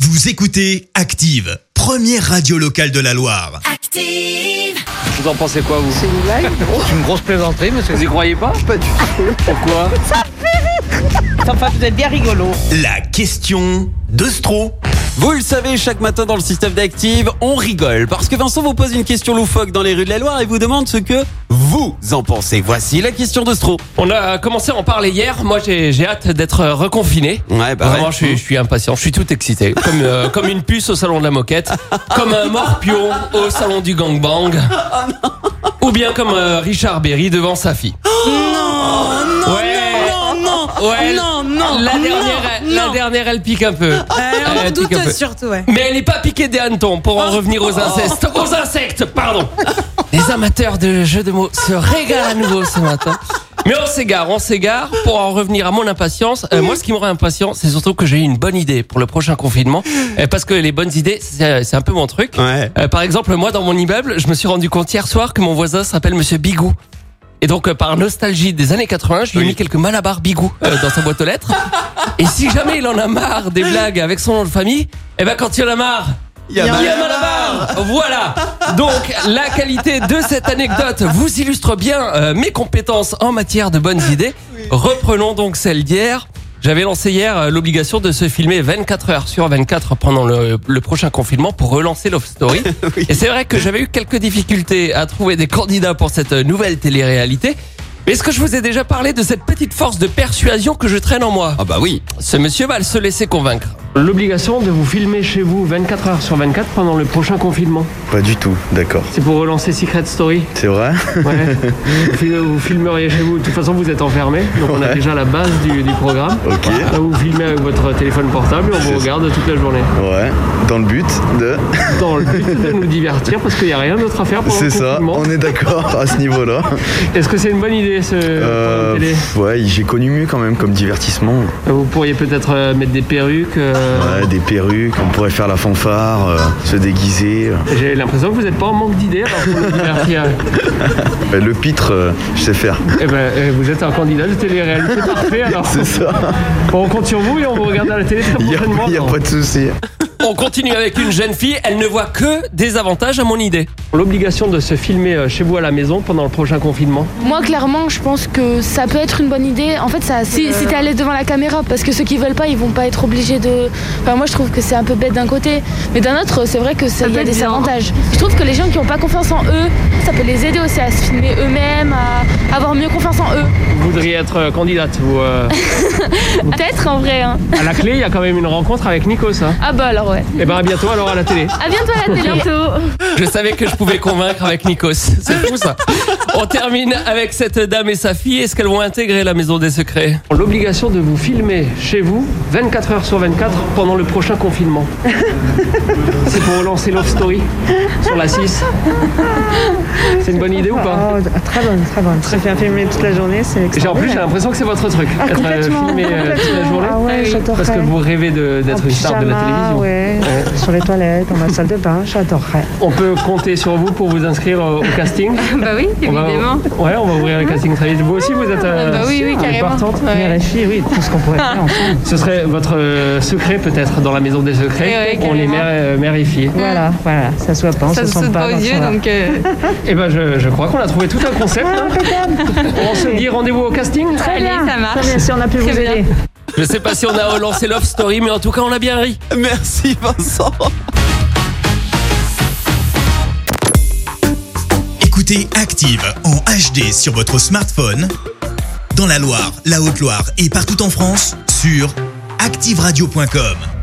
Vous écoutez Active, première radio locale de la Loire. Active! Vous en pensez quoi, vous C'est une blague C'est une grosse plaisanterie, monsieur. Vous y croyez pas Pas du tout. Pourquoi Enfin, vous êtes bien rigolo. La question de Stro. Vous le savez, chaque matin dans le système d'Active, on rigole parce que Vincent vous pose une question loufoque dans les rues de la Loire et vous demande ce que vous en pensez. Voici la question de Stro. On a commencé à en parler hier. Moi, j'ai j'ai hâte d'être reconfiné. Ouais, bah Vraiment, ouais. je, suis, je suis impatient. Je suis tout excité. Comme, euh, comme une puce au salon de la moquette. comme un morpion au salon du gangbang. Oh, Ou bien comme euh, Richard Berry devant sa fille. Non, non, non, non, non, Ah, La oh, dernière, elle- la dernière, elle pique un peu. Elle pique un peu. surtout, ouais. Mais elle n'est pas piquée des hannetons pour en revenir aux incestes. Aux insectes, pardon. Les amateurs de jeux de mots se régalent à nouveau ce matin. Mais on s'égare, on s'égare. Pour en revenir à mon impatience, euh, moi, ce qui me rend impatient, c'est surtout que j'ai eu une bonne idée pour le prochain confinement. Euh, parce que les bonnes idées, c'est c'est un peu mon truc. Ouais. Euh, par exemple, moi, dans mon immeuble, je me suis rendu compte hier soir que mon voisin s'appelle Monsieur Bigou. Et donc, euh, par nostalgie des années 80, je lui ai mis quelques malabars Bigou euh, dans sa boîte aux lettres. Et si jamais il en a marre des blagues avec son nom de famille, eh ben quand il en a marre, Il y a il y a Malabar. Voilà. Donc la qualité de cette anecdote vous illustre bien euh, mes compétences en matière de bonnes idées. Reprenons donc celle d'hier. J'avais lancé hier euh, l'obligation de se filmer 24 heures sur 24 pendant le, le prochain confinement pour relancer Love Story. Et c'est vrai que j'avais eu quelques difficultés à trouver des candidats pour cette euh, nouvelle télé-réalité. Mais est-ce que je vous ai déjà parlé de cette petite force de persuasion que je traîne en moi Ah bah oui. ce monsieur va se laisser convaincre. L'obligation de vous filmer chez vous 24 heures sur 24 pendant le prochain confinement. Pas du tout, d'accord. C'est pour relancer Secret Story. C'est vrai Ouais. vous, fil- vous filmeriez chez vous. De toute façon, vous êtes enfermé. Donc, on a Ouais. déjà la base du, du programme. Ok. Là, vous filmez avec votre téléphone portable et on C'est vous ça. regarde toute la journée. Ouais. Dans le but de. Dans le but de nous divertir parce qu'il n'y a rien d'autre à faire pendant le C'est ça, confinement. on est d'accord à ce niveau-là. Est-ce que c'est une bonne idée ce Euh, programme télé pff, ouais, j'ai connu mieux quand même comme divertissement. Vous pourriez peut-être euh, mettre des perruques. euh, Ouais, des perruques, on pourrait faire la fanfare, euh, se déguiser. J'ai l'impression que vous n'êtes pas en manque d'idées alors que vous nous divertir. Euh, Le pitre, euh, je sais faire. hein. Eh ben, euh, vous êtes un candidat de télé-réalité parfait alors. C'est ça, Bon, on compte sur vous et on vous regarde à la télé très il n'y a, prochainement. y a pas de souci. On continue avec une jeune fille, elle ne voit que des avantages à mon idée. L'obligation de se filmer euh, chez vous à la maison pendant le prochain confinement. Moi, clairement, je pense que ça peut être une bonne idée. En fait, ça, si, si t'es à l'aise devant la caméra, parce que ceux qui veulent pas, ils vont pas être obligés de. Enfin, moi, je trouve que c'est un peu bête d'un côté, mais d'un autre, c'est vrai que ça, y a des avantages. Je trouve que les gens qui ont pas confiance en eux, ça peut les aider aussi à se filmer eux-mêmes, à avoir mieux confiance en eux. Vous voudriez être euh, candidate, vous. euh, Peut-être en vrai. Hein. À la clé, il y a quand même une rencontre avec Nikos. Hein. Ah bah alors ouais. Et ben à bientôt alors à la télé. À bientôt à la télé. Je savais que je pouvais convaincre avec Nikos. C'est fou ça. On termine avec cette dame et sa fille. Est-ce qu'elles vont intégrer la maison des secrets L'obligation de vous filmer chez vous 24 heures sur 24 pendant le prochain confinement. C'est pour relancer Love Story sur la 6. C'est une bonne idée ou pas Oh, très bonne, très bonne. Se faire filmer toute la journée, c'est J'ai en plus j'ai extraordinaire. l'impression que c'est votre truc. Ah, être euh, complètement, filmé euh, toute la journée. complètement. Ah ouais, j'adorerais. Parce que vous rêvez de- En d'être une star de la pyjama, télévision. ouais, Ouais. Sur les toilettes, dans ma salle de bain, j'adorerais. On peut compter sur vous pour vous inscrire euh, au, au casting Bah oui, On va- évidemment. ouais, on va ouvrir le casting très vite. Vous aussi, vous êtes. euh, Bah oui, oui, vous êtes carrément. partante Ouais. Mais la fille, oui, tout ce qu'on pourrait faire ensemble. Ce serait votre euh, secret, peut-être, dans la maison des secrets. Eh ouais, on les mère, carrément. euh, mère et fille. Voilà, voilà, ça se voit pas, on Ça se se sent saute pas. pas aux donc ça yeux, va. donc euh, Eh ben, je, je crois qu'on a trouvé tout un concept. hein. on se dit rendez-vous au casting allez, ça marche. Très bien, si on a pu vous Très bien. aider. Je sais pas si on a relancé Love Story, mais en tout cas, on a bien ri. Merci Vincent. Écoutez Active en HD sur votre smartphone, dans la Loire, la Haute-Loire et partout en France, sur activeradio.com.